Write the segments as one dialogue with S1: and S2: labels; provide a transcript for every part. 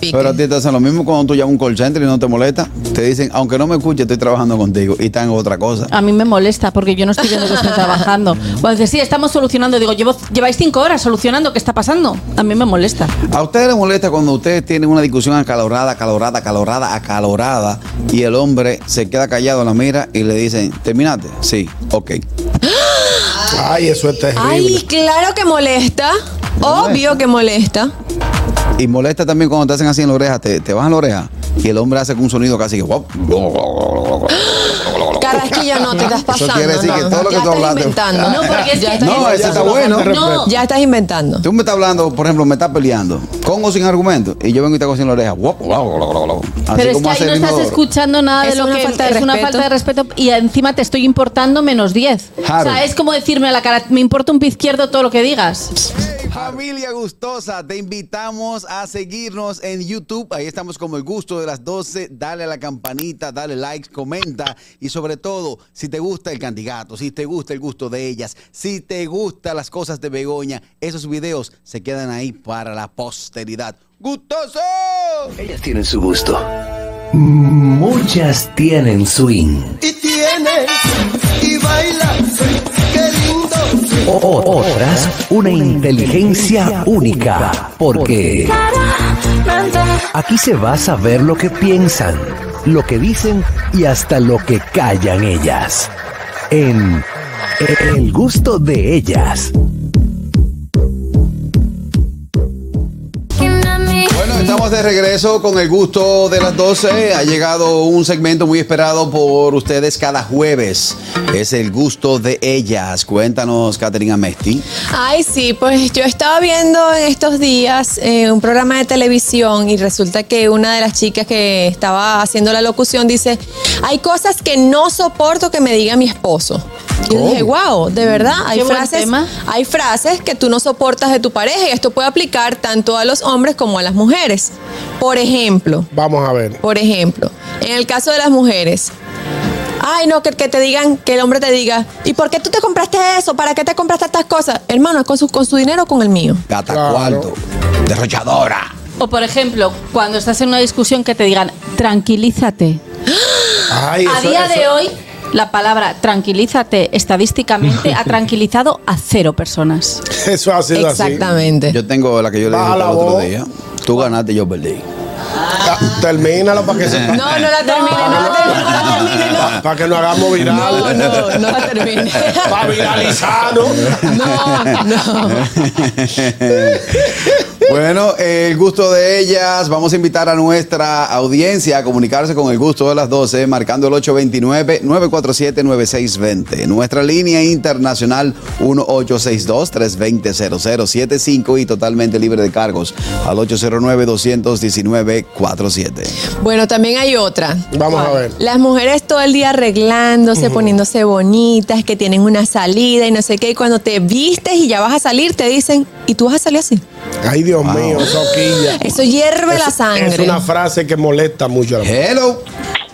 S1: Piquen.
S2: Pero a ti te hacen lo mismo cuando tú llamas a un call center y no te molesta. Te dicen, aunque no me escuche, estoy trabajando contigo. Y están en otra cosa.
S3: A mí me molesta porque yo no estoy viendo que estén trabajando. Cuando dices, sí, estamos solucionando, digo, llevo, lleváis cinco horas solucionando, ¿qué está pasando? A mí me molesta.
S2: ¿A ustedes les molesta cuando ustedes tienen una discusión acalorada, acalorada, acalorada, acalorada y el hombre se queda callado, la mira y le dicen, ¿terminaste? Sí, ok.
S4: Ay, eso es terrible.
S1: Ay, claro que molesta. Obvio que molesta.
S2: Y molesta también cuando te hacen así en la oreja, te, te bajan la oreja y el hombre hace con un sonido casi que... guau.
S1: Carrasquillo, no, te estás pasando.
S2: quiere decir
S1: no,
S2: que
S1: no,
S2: todo
S1: ya
S2: lo que tú
S1: estás
S2: hablaste-
S1: inventando.
S3: No, porque es
S1: ya
S3: que-
S1: estás
S2: No, ese está bueno.
S3: No.
S1: Ya estás inventando.
S2: Tú me estás hablando, por ejemplo, me estás peleando, con o sin argumento, y yo vengo y te hago así en la oreja. guau, guau, guau, guau, guau. Así
S3: Pero es
S2: como
S3: que ahí
S2: hace
S3: no
S2: el
S3: estás
S2: inodoro.
S3: escuchando nada
S1: Es
S3: de lo
S1: una
S3: que
S1: falta de
S3: es una
S1: respeto.
S3: falta de respeto y encima te estoy importando menos 10. O
S2: Harold.
S3: sea, es como decirme a la cara, me importa un pie izquierdo todo lo que digas.
S2: Familia gustosa, te invitamos a seguirnos en YouTube. Ahí estamos como el gusto de las 12. Dale a la campanita, dale like, comenta. Y sobre todo, si te gusta el candidato, si te gusta el gusto de ellas, si te gustan las cosas de Begoña, esos videos se quedan ahí para la posteridad. ¡Gustoso!
S5: Ellas tienen su gusto. Muchas tienen swing.
S6: y tienes y bailas, qué lindo.
S5: O- o- otras, una inteligencia única. Porque aquí se va a saber lo que piensan, lo que dicen y hasta lo que callan ellas. En El gusto de ellas.
S2: Bueno, estamos de regreso con el gusto de las 12. Ha llegado un segmento muy esperado por ustedes cada jueves. Es el gusto de ellas. Cuéntanos, Caterina Mesti.
S1: Ay, sí, pues yo estaba viendo en estos días eh, un programa de televisión y resulta que una de las chicas que estaba haciendo la locución dice, hay cosas que no soporto que me diga mi esposo. Y yo dije, wow, de verdad, hay
S3: Qué buen
S1: frases,
S3: tema.
S1: hay frases que tú no soportas de tu pareja y esto puede aplicar tanto a los hombres como a las mujeres. Por ejemplo,
S4: Vamos a ver.
S1: por ejemplo, en el caso de las mujeres. Ay, no, que, que te digan, que el hombre te diga, ¿y por qué tú te compraste eso? ¿Para qué te compraste estas cosas? Hermano, es con su, con su dinero o con el mío.
S2: Gata
S4: Claro.
S2: Cuarto, derrochadora.
S3: O por ejemplo, cuando estás en una discusión que te digan, tranquilízate.
S4: Ay,
S3: a
S4: eso-
S3: día
S4: eso-
S3: de hoy, la palabra tranquilízate estadísticamente ha tranquilizado a cero personas.
S4: Eso ha sido así. Eh.
S1: Exactamente.
S2: Yo tengo la que yo le dije
S4: Baja
S2: el
S4: la
S2: otro
S4: voz.
S2: día. Tú ganaste, yo perdí.
S4: Ah, Termínalo para que se.
S1: No, no la termine, no, la termine, no la termine, no.
S4: Para que no hagamos
S1: No,
S4: viral.
S1: no, no la termine.
S4: Para viralizarnos.
S1: No, no.
S2: Bueno, el gusto de ellas. Vamos a invitar a nuestra audiencia a comunicarse con el gusto de las 12, marcando el 829-947-9620. Nuestra línea internacional 1862-320-0075 y totalmente libre de cargos al 809-219-47.
S1: Bueno, también hay otra.
S4: Vamos a ver.
S1: Las mujeres todo el día arreglándose, poniéndose bonitas, que tienen una salida y no sé qué. Y cuando te vistes y ya vas a salir, te dicen, ¿y tú vas a salir así?
S4: Ay, Dios mío, soquilla.
S1: Eso hierve la sangre.
S4: Es una frase que molesta mucho a la mujer.
S2: Hello.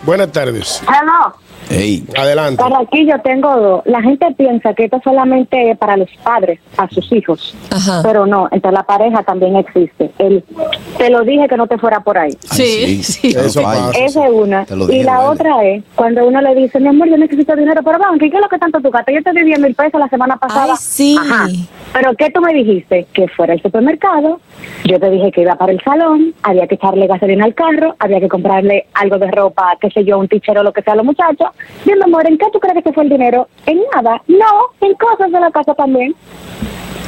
S4: Buenas tardes.
S7: Ah, no,
S2: Hey.
S4: Adelante.
S7: para aquí yo tengo dos. La gente piensa que esto solamente es para los padres, a sus hijos.
S1: Ajá.
S7: Pero no, entre la pareja también existe. El, te lo dije que no te fuera por ahí.
S2: Ay,
S3: Sí, sí.
S2: Claro,
S4: Eso
S2: vaya.
S4: pasa.
S7: Esa es una.
S2: Te lo
S7: y
S2: dije,
S7: la
S2: duele.
S7: otra es cuando uno le dice, mi amor, yo necesito dinero para banco. ¿Y qué es lo que tanto tú gastas? Yo te di 10 mil pesos la semana pasada.
S1: Ay, sí.
S7: Ajá. Pero ¿qué tú me dijiste? Que fuera al supermercado. Yo te dije que iba para el salón. Había que echarle gasolina al carro. Había que comprarle algo de ropa, qué sé yo, un tichero, lo que sea a los muchachos. Y mi amor, ¿en qué tú crees que se fue el dinero? En nada. No, en cosas de la casa también.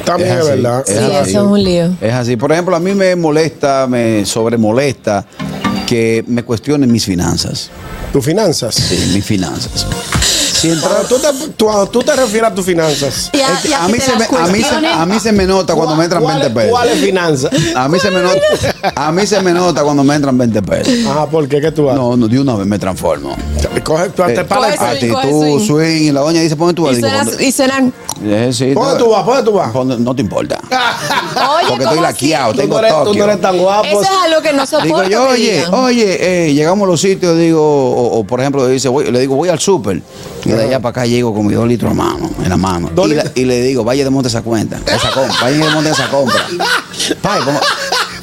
S4: También es,
S2: así,
S4: verdad.
S1: Sí, eso
S2: así.
S1: es un lío.
S2: Es así. Por ejemplo, a mí me molesta, me sobremolesta que me cuestionen mis finanzas.
S4: Tus finanzas.
S2: Sí, mis finanzas. Si entra-
S4: Cuando tú, te, tú- cuando tú te refieres a tus finanzas.
S3: Y a-
S2: es que
S3: y a
S2: a,
S3: que
S2: mí
S3: te
S2: se me,
S3: las
S2: a, mí se, a mí se me nota cuando me entran
S4: ¿Cuál-
S2: 20 pesos.
S4: ¿Cuál es finanza?
S2: A mí, se me nota, a mí se me nota cuando me entran 20 pesos.
S4: Ajá, Ah, ¿por qué que tú haces?
S2: No, no, de una vez me transformo. Eh,
S4: Coge, tú te
S1: Coge
S4: paras.
S1: swing,
S2: Actitud,
S1: coge swing.
S2: swing, y la doña dice, pone tu
S1: Y
S2: digo,
S1: suenan,
S2: ponte-
S1: y suenan,
S2: Eh, sí,
S4: ¿Por qué tú vas? ¿Por qué tú vas?
S2: Ponte- No te importa.
S1: oye,
S2: Porque
S1: ¿cómo
S2: estoy
S1: así?
S2: laqueado,
S4: Tú
S2: tengo
S4: no, eres, tú
S2: Tokio.
S4: no eres tan guapo.
S1: Eso es algo que no soporto
S2: Digo yo,
S1: que
S2: oye,
S1: digan.
S2: oye, eh, llegamos a los sitios, digo, o, o, por ejemplo, dice, voy- le digo, voy al súper. Y de allá para acá llego con mis dos litros a mano, en la mano.
S4: Dos
S2: Y, la-
S4: litros.
S2: y le digo, vaya de monte esa cuenta, esa compra, vaya de monte esa compra. Pai, como-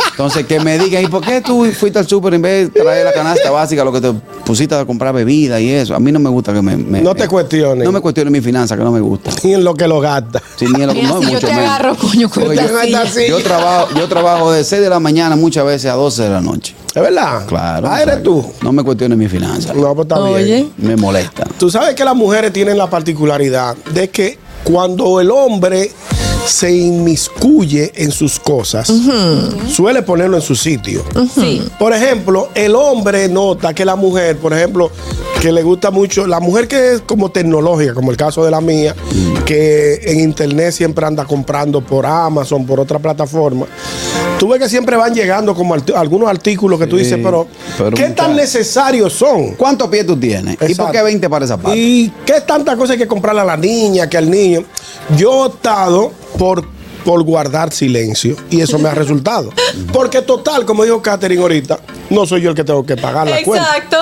S2: Entonces, que me digan, ¿y por qué tú fuiste al súper en vez de traer la canasta básica, lo que te pusiste a comprar bebida y eso? A mí no me gusta que me. me-
S4: No te cuestiones.
S2: No me cuestionen mi finanza, que no me gusta.
S4: Y en lo que lo gasta.
S2: Sí, ni el-
S1: Mira,
S2: no,
S1: si yo
S2: mucho
S1: te
S2: menos.
S1: agarro, coño, con
S2: Oye,
S1: esta
S4: yo-
S1: silla.
S4: Sí.
S2: Yo trabajo, yo trabajo de 6 de la mañana muchas veces a 12 de la noche.
S4: ¿Es verdad?
S2: Claro.
S4: Ah,
S2: o sea,
S4: eres tú.
S2: No me cuestiones mi finanza.
S4: No, pues está bien.
S1: Oye.
S2: Me molesta.
S4: Tú sabes que las mujeres tienen la particularidad de que cuando el hombre se inmiscuye en sus cosas, suele ponerlo en su sitio.
S3: Sí.
S4: Por ejemplo, el hombre nota que la mujer, por ejemplo, que le gusta mucho, la mujer que es como tecnológica, como el caso de la mía, que en internet siempre anda comprando por Amazon, por otra plataforma, tú ves que siempre van llegando como arti- algunos artículos que tú dices, pero,
S2: pero
S4: ¿qué tan
S2: muchacho.
S4: necesarios son?
S2: ¿Cuántos pies tú tienes? ¿Y por qué
S4: Exacto.
S2: 20 para esa parte?
S4: ¿Y qué tantas cosas hay que comprarle a la niña, que al niño? Yo he optado por, por guardar silencio y eso me ha resultado. Porque total, como dijo Katherine ahorita, no soy yo el que tengo que pagar la cuenta.
S1: Exacto.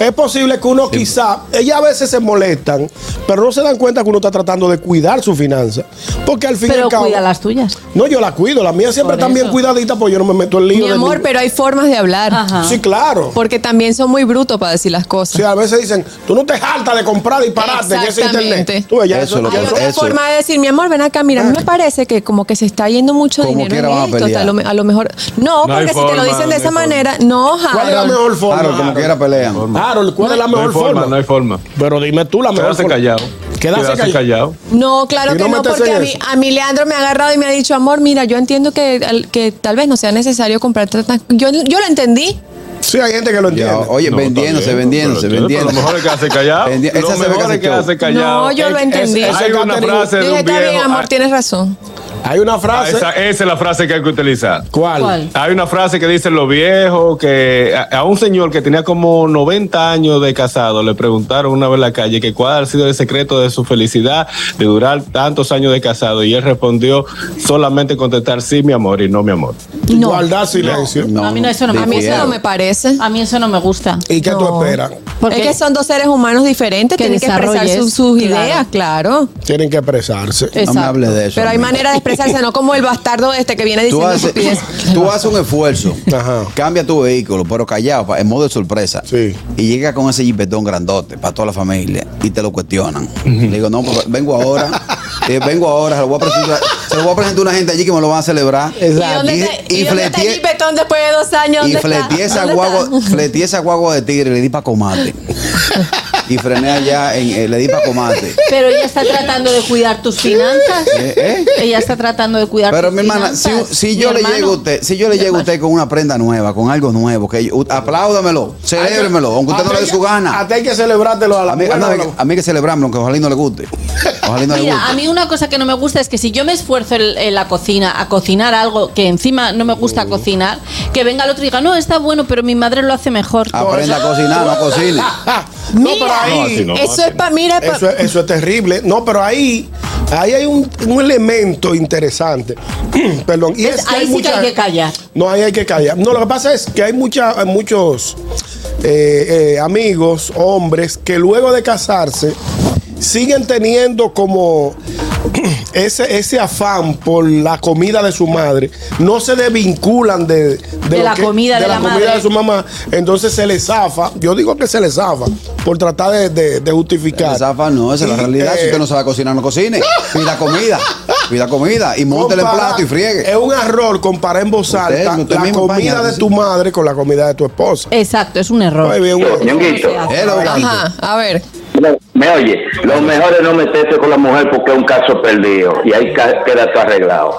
S4: Es posible que uno quizá, ellas a veces se molestan, pero no se dan cuenta que uno está tratando de cuidar su finanza. Porque al fin y
S3: Pero
S4: al cabo...
S3: cuida las tuyas.
S4: No, yo la cuido, la mía siempre
S3: Por
S4: están bien
S3: eso.
S4: cuidaditas porque yo no me meto en lío.
S1: Mi
S4: de
S1: amor,
S4: ningún-
S1: pero hay formas de hablar.
S3: Ajá.
S4: Sí, claro.
S1: Porque también son muy brutos para decir las cosas.
S4: Sí, a veces dicen, tú no te jaltas de comprar disparate en ese internet.
S1: Exactamente.
S4: Tú ves, ya
S2: Eso
S4: eso,
S2: lo
S1: Hay
S4: ya
S2: que-
S4: eso-
S1: otra
S2: eso.
S1: forma de decir, mi amor, ven acá, mira, a mí me parece que como que se está yendo mucho
S2: Como
S1: dinero
S2: quiera
S1: en
S2: van a
S1: esto, o sea,
S2: pelear.
S1: a lo, me- a lo mejor, no,
S8: No hay
S1: porque si te
S8: forma,
S1: lo dicen
S8: no
S1: de
S8: hay
S1: esa
S8: forma.
S1: manera, no,
S4: ¿Cuál es la
S1: Harold.
S4: mejor forma?
S2: Claro, como
S4: Harold?
S2: quiera pelean.
S4: Harold, ¿cuál es la
S8: No
S4: mejor
S8: hay forma,
S4: forma?
S8: no hay forma.
S4: Pero dime tú la mejor
S8: Quedarse
S4: forma.
S8: callado.
S4: Quedarse callado.
S1: No, claro
S4: Y
S1: que
S4: no
S1: no,
S4: meterse
S1: porque
S4: en
S1: a mí,
S4: eso.
S1: a mí Leandro me ha agarrado y me ha dicho, amor, mira, yo entiendo que, al- que tal vez no sea necesario comprar tantas... Yo, yo lo entendí.
S4: Sí, hay gente que lo
S2: Ya,
S4: entiende.
S2: oye,
S8: No,
S2: vendiéndose,
S8: está bien,
S2: vendiéndose,
S8: pero
S2: vendiéndose.
S8: entiendo, pero Lo mejor es quedarse callado.
S2: Vendi-
S8: Lo
S2: esa se ve que
S8: mejor
S2: hace
S8: es
S2: show.
S8: quedarse callado.
S1: No, yo lo
S4: Es- es-
S1: entendí.
S4: esa-
S8: Hay una
S4: Catherine,
S8: frase de
S1: Dije,
S8: un
S1: está bien,
S8: viejo.
S2: ah,
S1: amor, tienes razón.
S4: Hay una
S8: ah,
S4: frase.
S8: esa, esa es la frase que hay que utilizar.
S4: ¿Cuál?
S3: ¿Cuál?
S8: Hay una frase que dicen los viejos que a, a un señor que tenía como 90 años de casado le preguntaron una vez en la calle que cuál ha sido el secreto de su felicidad de durar tantos años de casado y él respondió solamente contestar sí mi amor y no mi amor.
S1: No.
S4: Guardar silencio.
S2: No,
S3: A mí no, eso no me-
S1: A mí eso
S2: difiero.
S1: no me parece.
S3: A mí eso no me gusta.
S4: ¿Y qué tú
S1: No.
S4: esperas?
S3: Ah, Porque
S1: es que son dos seres humanos diferentes,
S3: Que
S1: tienen que expresar
S3: desarrolles,
S1: su- sus
S3: claro.
S1: ideas, claro.
S4: Tienen que expresarse.
S2: No
S1: Eh,
S3: Exacto.
S2: me hable de eso.
S1: Pero hay
S2: amigo.
S1: manera de expresarse, no como el bastardo este que viene
S2: Tú
S1: diciendo
S2: haces,
S1: estupidez.
S2: tú haces un esfuerzo,
S4: Ajá.
S2: cambia tu vehículo, pero callado, pa- en modo de sorpresa.
S4: Sí.
S2: Y llega con ese jipetón grandote para toda la familia y te lo cuestionan. Le digo, no, pues, vengo ahora, eh, vengo ahora, se lo, voy a presentar, se lo voy a presentar a una gente allí que me lo van a celebrar.
S1: ¿Y dónde, está,
S2: Y-
S1: y
S2: y
S1: dónde está
S2: fleteé-
S1: el Betón después de dos años?
S2: Y
S1: ¿Dónde está?
S2: fleteé esa
S1: ¿Dónde
S2: guagua,
S1: está?
S2: fleteé esa guagua de tigre, le di para comate. y frené allá, en, eh, le di para comate.
S3: Pero ella está tratando de cuidar tus finanzas.
S2: ¿Eh?
S3: Ella está tratando de cuidar
S2: Pero
S3: tus
S2: mi hermana, si,
S3: finanzas.
S2: si
S3: Mi
S2: yo le
S3: hermano.
S2: llego a usted, si yo le llego a usted con una prenda nueva, con algo nuevo, que yo- apláudamelo, celébremelo, aunque usted no le dé su gana.
S4: Hasta hay que celebrártelo a la
S2: A mí,
S4: mujer,
S2: a mí-
S4: ¿no?
S2: a mí que celebrarlo, aunque ojalá y no le guste. Ojalá y no le
S3: Mira, a
S2: guste.
S3: mí una cosa que no me gusta es que si yo me esfuerzo en, en la cocina a cocinar algo que encima no me gusta cocinar, que venga el otro y diga, no, está bueno, pero mi madre lo hace mejor.
S2: Aprenda a cocinar, no cocine.
S4: Ah, no, pero
S1: Mira.
S8: No, así
S4: ahí.
S8: no.
S1: Eso es para, mira, pa-
S4: Eso, es- eso es terrible. No, pero ahí, ahí hay un, un elemento interesante. Perdón. Y es que
S3: Pues Ahí
S4: hay
S3: sí que
S4: mucha-
S3: hay que callar.
S4: No, ahí hay que callar. No, lo que pasa es que hay mucha, hay muchos eh, eh, amigos, hombres, que luego de casarse siguen teniendo como ese, ese afán por la comida de su madre. No se desvinculan de,
S3: De
S4: lo
S3: la comida de la
S4: comida
S3: madre.
S4: de su mamá. Entonces se les zafa. Yo digo que se les zafa por tratar de, de- de justificar.
S2: La zafa no, esa es la
S4: Y,
S2: realidad. Si
S4: eh,
S2: usted no sabe cocinar, no cocine. Pida comida, pida comida y montele el
S4: comparar-
S2: plato y friegue.
S4: Es un error comparar en voz
S2: Usted-
S4: alta
S2: usted
S4: la
S2: mismo
S4: comida
S2: baña,
S4: de
S2: sí.
S4: tu madre con la comida de tu esposa.
S3: Exacto, es un error.
S4: Ay, bien, güey.
S9: Ñonguito,
S2: Hello, Blanco.
S1: Ajá, a ver.
S9: lo- me oye, lo mejor es no meterse con la mujer porque es un caso perdido y ahí ca- queda todo arreglado.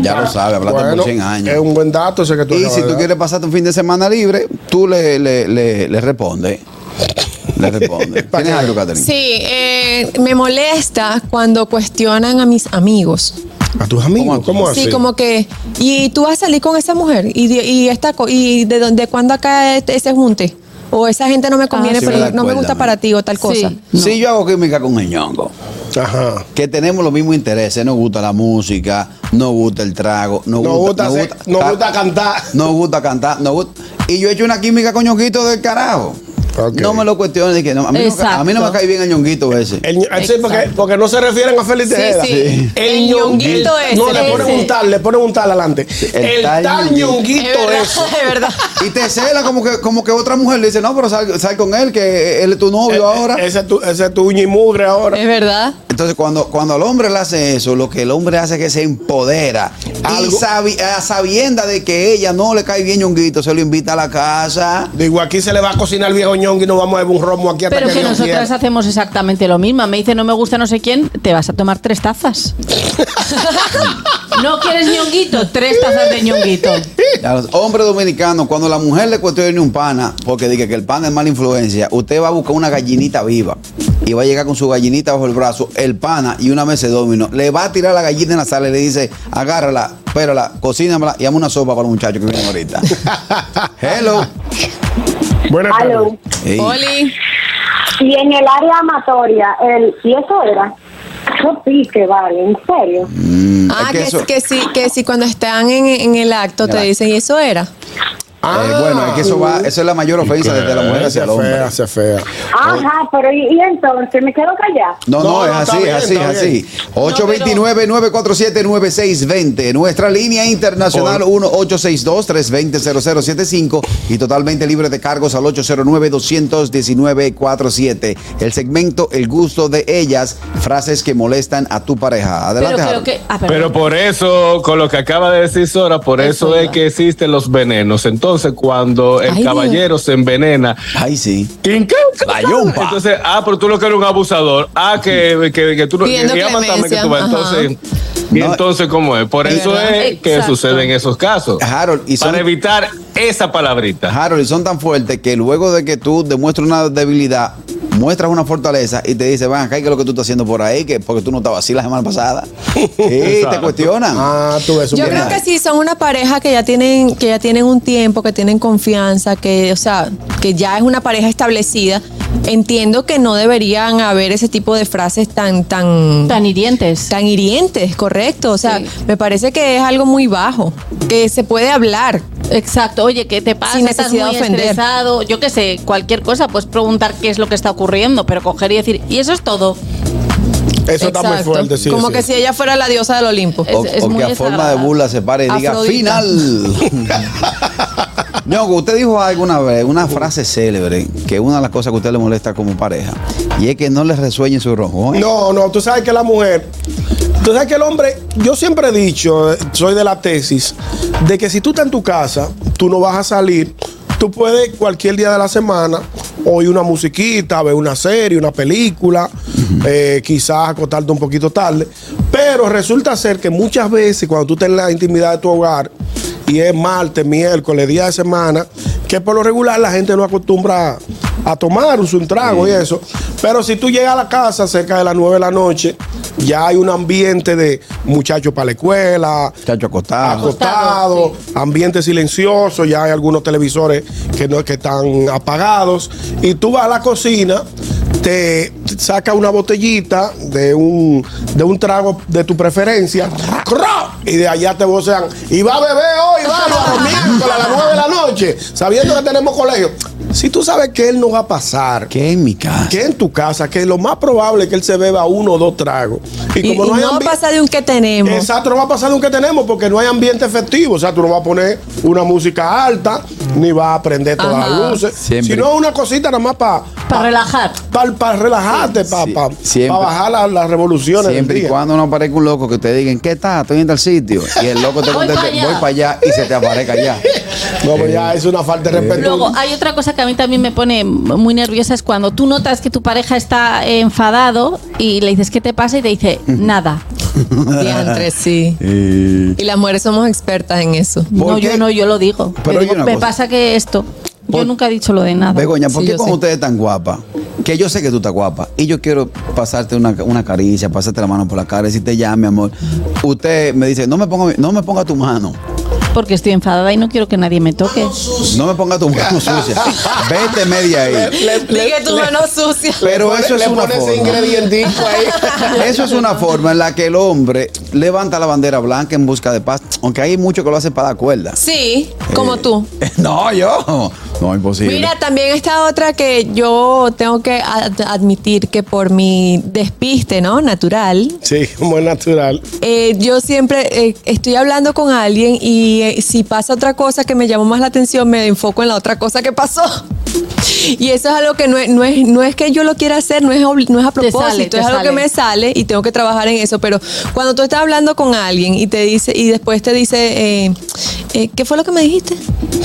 S2: Ya lo sabe, hablaste
S4: Bueno, eh,
S2: por 100 años.
S4: es un buen dato ese que tú
S2: Y
S4: acabas
S2: si
S4: de
S2: tú
S4: dar.
S2: quieres pasarte un fin de semana libre, tú le, le, le, le respondes. Le respondes.
S4: Pa'
S2: ¿Tienes
S4: que-
S2: algo, Catherine?
S1: Sí, eh, me molesta cuando cuestionan a mis amigos.
S4: A tus amigos,
S2: ¿Cómo
S4: ¿cómo así?
S1: Ah, Sí, como que, y tú vas a salir con esa mujer, y, de- y, esta, co- y de, dónde- de cuándo acá este- ese junte, o esa gente no me conviene,
S2: Ah, sí,
S1: pero
S2: me
S1: no me
S2: acuerdo,
S1: gusta
S2: ¿no?
S1: para ti, o tal cosa.
S3: Sí.
S2: Sí, Mm. yo hago química con el ñongo.
S4: Ajá.
S2: Que tenemos los mismos intereses. Nos gusta la música, nos gusta el trago, nos,
S4: Nos
S2: gusta,
S4: gusta,
S2: nos
S4: hacer- nos
S2: ta-
S4: gusta cantar.
S2: Nos gusta cantar, nos gusta. Y yo he hecho una química con ñonguito del carajo.
S4: Ok.
S2: No me lo cuestiones. Que no, a, mí no, me- a mí no me
S3: Exacto.
S2: cae bien el ñonguito ese.
S4: El- sí, porque, porque no se refieren a Félix
S3: Sí,
S4: Tejeda.
S3: sí.
S1: El ñonguito
S4: el-
S1: ese.
S4: No, le ponen
S1: Ese.
S4: un tal, le ponen un tal adelante. El,
S2: el
S4: tal,
S2: tal
S1: Es
S4: ñonguito
S1: verdad,
S4: ese.
S1: es verdad.
S2: Y te cela como que, como que otra mujer le dice, no, pero sal, sal con él, que él es tu novio ahora.
S4: Ese es tu, ese es tu uña y mugre ahora.
S1: Es verdad.
S2: Entonces, cuando, cuando al hombre le hace eso, lo que el hombre hace es que se empodera. Y
S4: Algo-
S2: sabi- a sabienda de que ella no le cae bien ñonguito, se lo invita a la casa.
S4: Digo, aquí se le va a cocinar el viejo ñongo y nos vamos a beber un romo aquí hasta
S3: Pero
S4: que,
S3: que
S4: Dios
S3: nosotras
S4: quiera.
S3: hacemos exactamente lo mismo. Me dice no me gusta no sé quién, te vas a tomar tres tazas. ¿No quieres ñonguito? Tres tazas de ñonguito.
S2: A los hombres dominicanos, cuando la mujer le cuestione un pana, porque dice que el pana es mala influencia, usted va a buscar una gallinita viva y va a llegar con su gallinita bajo el brazo, el pana y una mesa de domino. Le va a tirar la gallina en la sala y le dice, agárrala, pérala, cocínamela y llama una sopa para los muchachos que vienen ahorita. Hello.
S4: Buenas
S2: Ah,
S7: Aló.
S4: tardes.
S2: Ey.
S1: Oli.
S7: Y en el área amatoria, el, y eso era, eso pique, vale, en serio.
S2: Mm,
S1: Ah,
S2: es
S1: que,
S2: eso-
S1: que sí, que sí, cuando están en, en el acto te
S2: Ya.
S1: dicen, y eso era.
S2: Eh,
S4: Ah.
S2: bueno, es que eso va, eso es la mayor ofensa desde la mujer hacia el hombre.
S4: fea, se fea.
S7: Ajá, pero y, y entonces me quedo callada.
S2: No, no,
S4: No,
S2: es
S4: no,
S2: así,
S4: está bien,
S2: es así, es
S4: está
S2: así. 829-947-9620. Nuestra línea internacional 1-862-320-0075 y totalmente libre de cargos al 809-219-47. El segmento El gusto de ellas, frases que molestan a tu pareja.
S3: Pero
S2: Adelante,
S3: creo
S2: Harold.
S3: que. ah, perdón.
S8: Pero por eso, con lo que acaba de decir Sora, por
S3: Eso
S8: eso es
S3: iba.
S8: que existen los venenos. Entonces, cuando el
S1: Ay, Dios.
S8: caballero se envenena,
S2: Ay, sí.
S8: ¡tin, can, can,
S2: La
S8: can!
S2: yumpa.
S8: entonces, ah, pero tú lo que eres un abusador. Ah, que, que, que tú no
S1: Pidiendo
S8: que llamas también que tú vas.
S1: clemencia,
S8: Entonces, ¿y
S2: No.
S8: entonces cómo es? Por
S1: Es
S8: eso
S1: verdad.
S8: es que
S3: Exacto.
S8: suceden esos casos.
S2: Harold, y son-
S8: Para evitar esa palabrita.
S2: Harold, y son tan fuertes que luego de que tú demuestras una debilidad, muestras una fortaleza y te dice, van acá, ¿qué es lo que tú estás haciendo por ahí? Que porque tú no estabas así la semana pasada. Sí, te
S8: Exacto.
S2: cuestionan.
S4: Ah, tú ves un
S1: Yo
S2: bien.
S1: creo que sí, son una pareja que ya tienen, que ya tienen un tiempo, que tienen confianza, que, o sea, que ya es una pareja establecida. Entiendo que no deberían haber ese tipo de frases tan, tan,
S3: Tan hirientes.
S1: tan hirientes, correcto. O sea,
S3: Sí.
S1: me parece que es algo muy bajo, que se puede hablar.
S3: Exacto, oye, ¿qué te pasa?
S1: Sin
S3: Estás muy
S1: necesidad de ofender.
S3: estresado, yo qué sé, cualquier cosa, pues preguntar qué es lo que está ocurriendo, pero coger y decir, y eso es todo.
S4: Eso está muy
S1: Exacto.
S4: fuerte, sí.
S1: Como
S4: sí.
S1: que si ella fuera la diosa del Olimpo.
S3: Es-
S2: o,
S3: es
S2: o
S3: muy
S2: que a forma de
S3: desagradable.
S2: burla se pare y diga
S1: Afrodita.
S2: final. Ñongo, usted dijo alguna vez una frase célebre que es una de las cosas que a usted le molesta como pareja y es que no le resueñen su rojo.
S4: No, no, tú sabes que la mujer, tú sabes que el hombre, yo siempre he dicho, eh, soy de la tesis, de que si tú estás en tu casa, tú no vas a salir, tú puedes cualquier día de la semana oír una musiquita, ver una serie, una película, eh, quizás acostarte un poquito tarde, pero resulta ser que muchas veces cuando tú estás en la intimidad de tu hogar, y es martes, miércoles, día de semana, que por lo regular la gente no acostumbra a tomar un trago y eso. Pero si tú llegas a la casa cerca de las 9 de la noche, ya hay un ambiente de muchachos para la escuela,
S2: Chacho acostado.
S4: acostado,
S3: Acostado,
S4: ambiente silencioso, ya hay algunos televisores que no que están apagados y tú vas a la cocina, te saca una botellita de un de un trago de tu preferencia ¡cra! y de allá te vocean y va a beber hoy, vamos a los miércoles a las 9 de la noche, sabiendo que tenemos colegio. Si tú sabes que él no va a pasar,
S2: ¿Qué en mi casa?
S4: que en tu casa, que lo más probable es que él se beba uno o dos tragos.
S1: Y, y
S4: hay
S1: no
S4: ambi-
S1: pasa de un que tenemos.
S4: Exacto, no va a pasar de un que tenemos porque no hay ambiente efectivo. O sea, tú no vas a poner una música alta, ni vas a prender todas las luces.
S2: Siempre.
S4: Sino una cosita nada más para
S3: Para relajar.
S4: relajarte, para
S2: Sí, siempre.
S4: bajar la- las revoluciones. del
S2: Siempre y
S4: día.
S2: cuando no aparezca un loco que te digan, ¿qué tal? Estoy en tal sitio. Y el loco te
S3: Voy
S2: conteste,
S3: pa' allá.
S2: voy para allá y se te aparezca allá.
S4: No,
S2: Eh,
S4: pues ya es una falta de respeto.
S3: Luego, hay otra cosa que a mí también me pone muy nerviosa, es cuando tú notas que tu pareja está eh, enfadado y le dices, ¿qué te pasa? Y te dice, nada.
S1: Diantre, sí. Y las mujeres somos expertas en eso.
S2: ¿Por
S3: No,
S2: qué?
S3: yo no, yo lo digo.
S2: Pero
S3: Yo
S2: oye
S3: digo,
S2: una
S3: me
S2: cosa.
S3: pasa que esto, yo
S2: Por-
S3: nunca he dicho lo de nada.
S2: Begoña, ¿por
S1: Sí,
S2: qué
S1: yo
S2: con
S1: sé.
S2: ustedes tan guapa? Que yo sé que tú estás guapa y yo quiero pasarte una, una caricia, pasarte la mano por la cara y si te llame, amor. Usted me dice, no me ponga, mi- no me ponga tu mano,
S3: Porque estoy enfadada y no quiero que nadie me toque.
S2: no me ponga tu mano sucia. Vete media ahí.
S4: Le- le-
S1: Dije tu
S4: le-
S1: mano sucia.
S2: Pero
S4: le-
S2: eso
S4: le
S2: es una
S4: pone ese
S2: forma.
S4: ingredientico ahí.
S2: Eso es una forma en la que el hombre levanta la bandera blanca en busca de paz, aunque hay muchos que lo hacen para dar cuerda.
S1: Sí, como tú.
S2: No, yo. No, imposible.
S1: Mira, también está otra que yo tengo que ad- admitir que por mi despiste, ¿no? Natural,
S4: Sí, como es natural.
S1: Eh, yo siempre eh, estoy hablando con alguien y eh, si pasa otra cosa que me llamó más la atención, me enfoco en la otra cosa que pasó. Y eso es algo que no es, no es, no es que yo lo quiera hacer, no es, obli- no es a
S3: Te sale,
S1: propósito,
S3: te
S1: es algo
S3: sale.
S1: que me sale y tengo que trabajar en eso. Pero cuando tú estás hablando con alguien y te dice, y después te dice, eh, eh, ¿qué fue lo que me dijiste?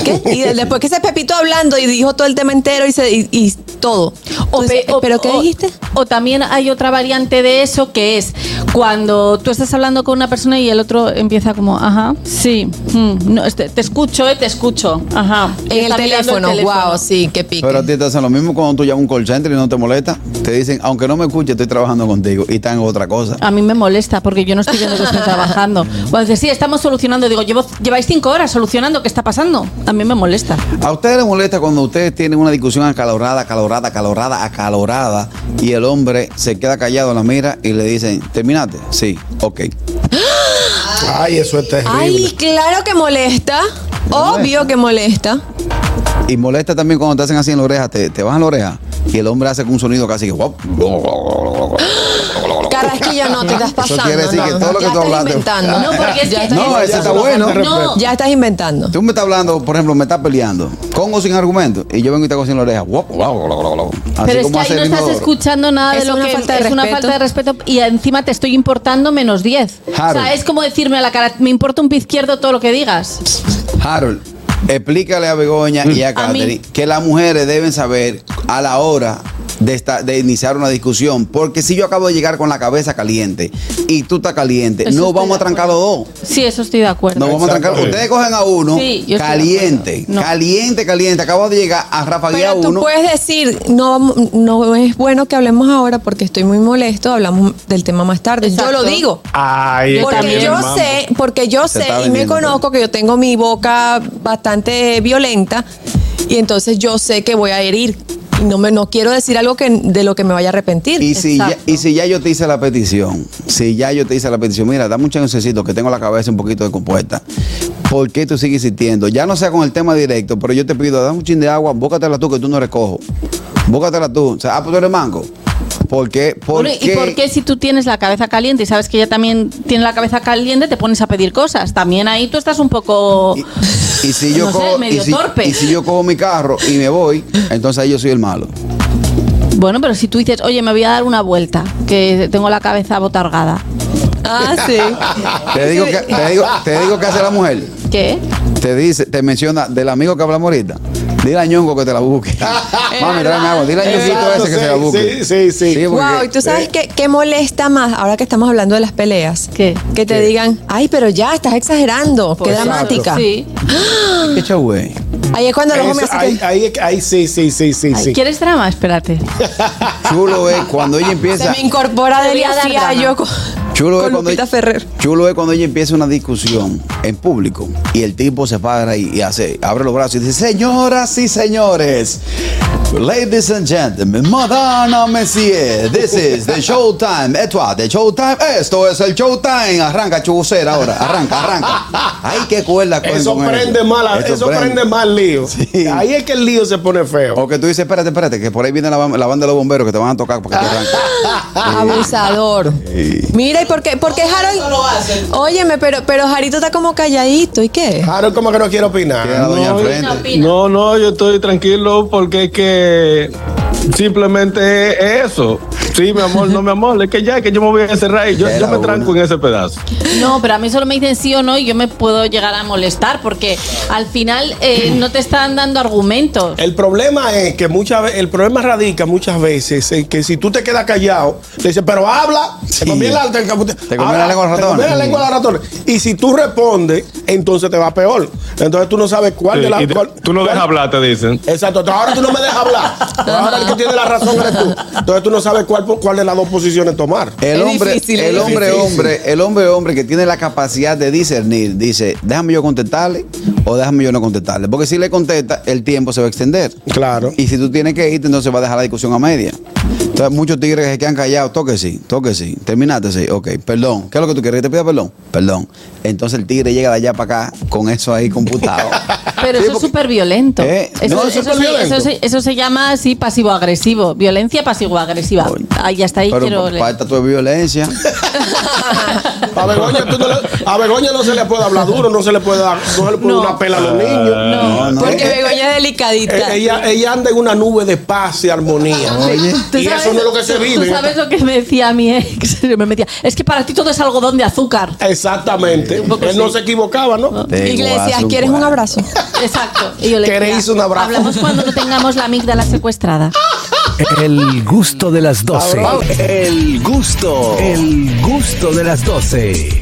S1: ¿Qué? Y de- después que se pepito hablando y dijo todo el tema entero y, se, y, y todo.
S3: O
S1: Tú dices,
S3: pe- o-
S1: ¿Pero qué
S3: o-
S1: dijiste?
S3: O también hay otra variante de eso que es cuando tú estás hablando con una persona y el otro empieza como, ajá, sí, mm, no, este, te escucho, eh, te escucho, ajá. Y
S1: En el
S3: está mirando
S1: teléfono, wow, sí, qué pique.
S2: Pero a ti te hacen lo mismo cuando tú llamas a un call center y no te molesta. Te dicen, aunque no me escuche, estoy trabajando contigo y están en otra cosa.
S3: A mí me molesta porque yo no estoy viendo que estoy trabajando. Cuando dices, sí, estamos solucionando, digo, "Llevo- lleváis cinco horas solucionando, ¿qué está pasando? A mí me molesta.
S2: ¿A ustedes les molesta cuando ustedes tienen una discusión acalorada, acalorada, acalorada, acalorada y el hombre se queda callado, la mira y le dicen, ¿terminaste? Sí, ok.
S4: Ay, eso es terrible.
S1: Ay, claro que molesta. Obvio que molesta.
S2: Y molesta también cuando te hacen así en la oreja, te, te bajan la oreja y el hombre hace con un sonido casi que... "Wop".
S1: Carrasquillo, no, te estás
S2: Eso
S1: pasando.
S2: quiere decir
S1: no,
S2: que
S1: no,
S2: todo lo que
S1: ya
S2: tú
S1: estás
S2: hablaste-
S1: inventando.
S3: No, porque es
S1: ya,
S3: que-
S1: estás,
S2: No, ese está bueno.
S3: No.
S1: ya estás inventando.
S2: Tú me estás hablando, por ejemplo, me estás peleando, con o sin argumento, y yo vengo y te hago así en la oreja. "Wop". Así
S3: Pero es que
S2: como
S3: ahí
S2: hace
S3: no
S2: el
S3: estás
S2: inodoro.
S3: escuchando nada
S1: Es
S3: de lo
S1: una
S3: que
S1: falta de
S3: es una
S1: respeto.
S3: falta de respeto y encima te estoy importando menos 10. O
S2: Harold.
S3: sea, es como decirme a la cara, me importa un pie izquierdo todo lo que digas.
S2: Harold, explícale a Begoña y a Katherine
S3: mí.
S2: que las mujeres deben saber a la hora de, esta- de iniciar una discusión. Porque si yo acabo de llegar con la cabeza caliente y tú estás caliente,
S3: Eso
S2: no
S3: estoy
S2: vamos a
S3: de
S2: trancar los dos.
S3: Sí, eso estoy de acuerdo.
S2: Nos vamos a
S4: Exacto.
S2: trancar. Ustedes cogen a uno
S3: Sí, yo estoy de
S2: caliente,
S3: acuerdo. No.
S2: caliente, caliente. Acabo de llegar a rafaguear a
S1: Pero tú
S2: uno.
S1: puedes decir, no, vamos- no es bueno que hablemos ahora porque estoy muy molesto, hablamos del tema más tarde.
S3: Exacto.
S1: Yo lo digo.
S8: Ay,
S1: Porque
S8: también,
S1: yo
S8: vamos.
S1: sé, porque yo
S2: Se
S1: sé
S2: está
S1: y me
S2: vendiendo
S1: conozco
S2: todo.
S1: que yo tengo mi boca bastante violenta y entonces yo sé que voy a herir. Y no, me, no quiero decir algo que, de lo que me vaya a arrepentir.
S2: Y si, ya,
S3: Exacto.
S2: y si ya yo te hice la petición, si ya yo te hice la petición, mira, dame un chancecito que tengo la cabeza un poquito descompuesta. ¿Por qué tú sigues insistiendo? Ya no sea con el tema directo, pero yo te pido, dame un chin de agua, bócatela tú que tú no recojo. Bócatela tú. O sea, ah, pues tú eres mango. ¿Por qué? ¿Por
S3: Bueno, ¿Y por qué si tú tienes la cabeza caliente y sabes que ella también tiene la cabeza caliente, te pones a pedir cosas? También ahí tú estás un poco...
S2: Y, y si yo
S3: No sé,
S2: cojo, y,
S3: medio
S2: si,
S3: torpe.
S2: y si yo cojo mi carro y me voy, entonces ahí yo soy el malo.
S3: Bueno, pero si tú dices, oye, me voy a dar una vuelta, que tengo la cabeza botargada.
S1: Ah, sí.
S2: Te digo que, te digo, te digo que hace la mujer.
S3: ¿Qué?
S2: te dice, te menciona del amigo que hablamos ahorita. Dile a Ñongo que te la busque. Mami, tráeme agua. Dile a
S4: Es
S2: Ñonguito
S4: verdad.
S2: ese que se la
S4: Sí,
S2: busque.
S4: sí, sí.
S2: porque-
S1: Wow, y tú sabes qué, qué molesta más ahora que estamos hablando de las peleas.
S3: ¿Qué? Pues
S1: Que te digan, ay, pero ya estás exagerando, qué dramática.
S3: Sí.
S2: Qué chagüey.
S1: Ahí es cuando los
S4: Eso-
S1: hombres
S4: ahí, ahí, ahí sí, sí, sí, sí,
S3: Ay,
S4: sí.
S3: ¿Quieres drama? Espérate.
S2: Chulo es cuando ella
S1: se
S2: empieza.
S1: me incorpora
S3: Te voy
S1: Delia
S3: a dar drama.
S1: Fiallo con,
S2: Chulo es,
S1: con
S2: cuando
S1: Lupita
S2: ella,
S1: Ferrer.
S2: chulo es cuando ella empieza una discusión en público y el tipo se para y, y hace, abre los brazos y dice, señoras y señores, ladies and gentlemen, madame, monsieur, this is the showtime, esto es the showtime, esto es el showtime, arranca chubucera ahora, arranca, arranca. Ay, qué cuerda cogen
S4: Eso
S2: con él.
S4: prende mal, a-
S2: Eso
S4: eso prende mal lío. Ahí es que el lío se pone feo.
S2: O que tú dices, espérate, espérate, que por ahí viene la, ba- la banda de los bomberos que te van a tocar para que te
S4: Ah.
S2: arranque.
S1: Abusador. Mira, ¿y por qué, por qué Harold? Óyeme, pero, pero Jarito está como calladito, ¿y qué?
S4: Claro, como que no quiero opinar.
S2: Queda la doña al frente.
S8: No, no, yo estoy tranquilo porque es que simplemente es eso. Sí, mi amor, no, mi amor, es que ya, que yo me voy a encerrar y yo,
S2: Era
S8: yo me
S2: una.
S8: tranco en ese pedazo.
S3: No, pero a mí solo me dicen sí o no y yo me puedo llegar a molestar porque al final eh, no te están dando argumentos.
S4: El problema es que muchas ve- el problema radica muchas veces en que si tú te quedas callado, te dicen, pero habla,
S2: Sí.
S4: te comí la, te- te-
S2: comí
S4: habla,
S2: la lengua de los
S4: te comí la
S2: ratones.
S4: lengua de los ratones. Y si tú respondes, entonces te va peor. Entonces tú no sabes cuál de
S8: Sí,
S4: las.
S8: y te-
S4: cuál-
S8: tú no
S4: cuál-
S8: dejas hablar, te dicen.
S4: Exacto, ahora tú no me dejas hablar. Ahora el que tiene la razón eres tú. Entonces tú no sabes cuál, cuál de las dos posiciones tomar.
S2: El
S1: Es
S2: hombre,
S1: difícil,
S2: el
S1: es
S2: hombre,
S4: difícil.
S2: hombre, el hombre, hombre que tiene la capacidad de discernir, dice, déjame yo contestarle o déjame yo no contestarle. Porque si le contesta, el tiempo se va a extender.
S4: Claro.
S2: Y si tú tienes que irte, entonces va a dejar la discusión a media. Entonces sea, muchos tigres que se quedan callados, toque sí, toque sí, terminaste sí, ok, perdón. ¿Qué es lo que tú quieres? ¿Que te pida perdón? Perdón. Entonces el tigre llega de allá para acá con eso ahí computado.
S3: Pero
S2: Sí,
S3: eso es
S2: porque-
S3: súper violento.
S2: Eh,
S3: eso,
S2: no,
S3: eso
S2: súper
S3: se-
S2: violento.
S3: eso se- eso se llama así pasivo-agresivo. Violencia pasivo-agresiva.
S2: Coño.
S3: Ahí hasta ahí quiero
S2: Pero
S3: leer.
S2: falta tu violencia.
S4: A Begoña, tú no le- a Begoña no se le puede hablar duro, no se le puede dar, no se le puede
S3: No.
S4: dar una pela a los niños.
S2: No, eh, no.
S1: Porque Begoña es
S4: Eh,
S1: delicadita.
S4: Ella, ella anda en una nube de paz y armonía.
S2: Oye.
S3: ¿Tú
S4: Y
S3: sabes-
S4: eso no es lo que se
S3: tú-
S4: vive.
S3: ¿Tú sabes lo que me decía mi ex? Me metía, es que para ti todo es algodón de azúcar.
S4: Exactamente.
S3: poco
S4: Él no se equivocaba, ¿no?
S2: Te
S1: Iglesias,
S2: guaso,
S1: ¿quieres un
S2: guaso.
S1: abrazo?
S3: Exacto. Y yo le
S4: ¿Queréis
S3: decía,
S4: un abrazo?
S3: Hablamos cuando no tengamos la amígdala secuestrada.
S5: El gusto de las 12. El gusto. El gusto de las 12.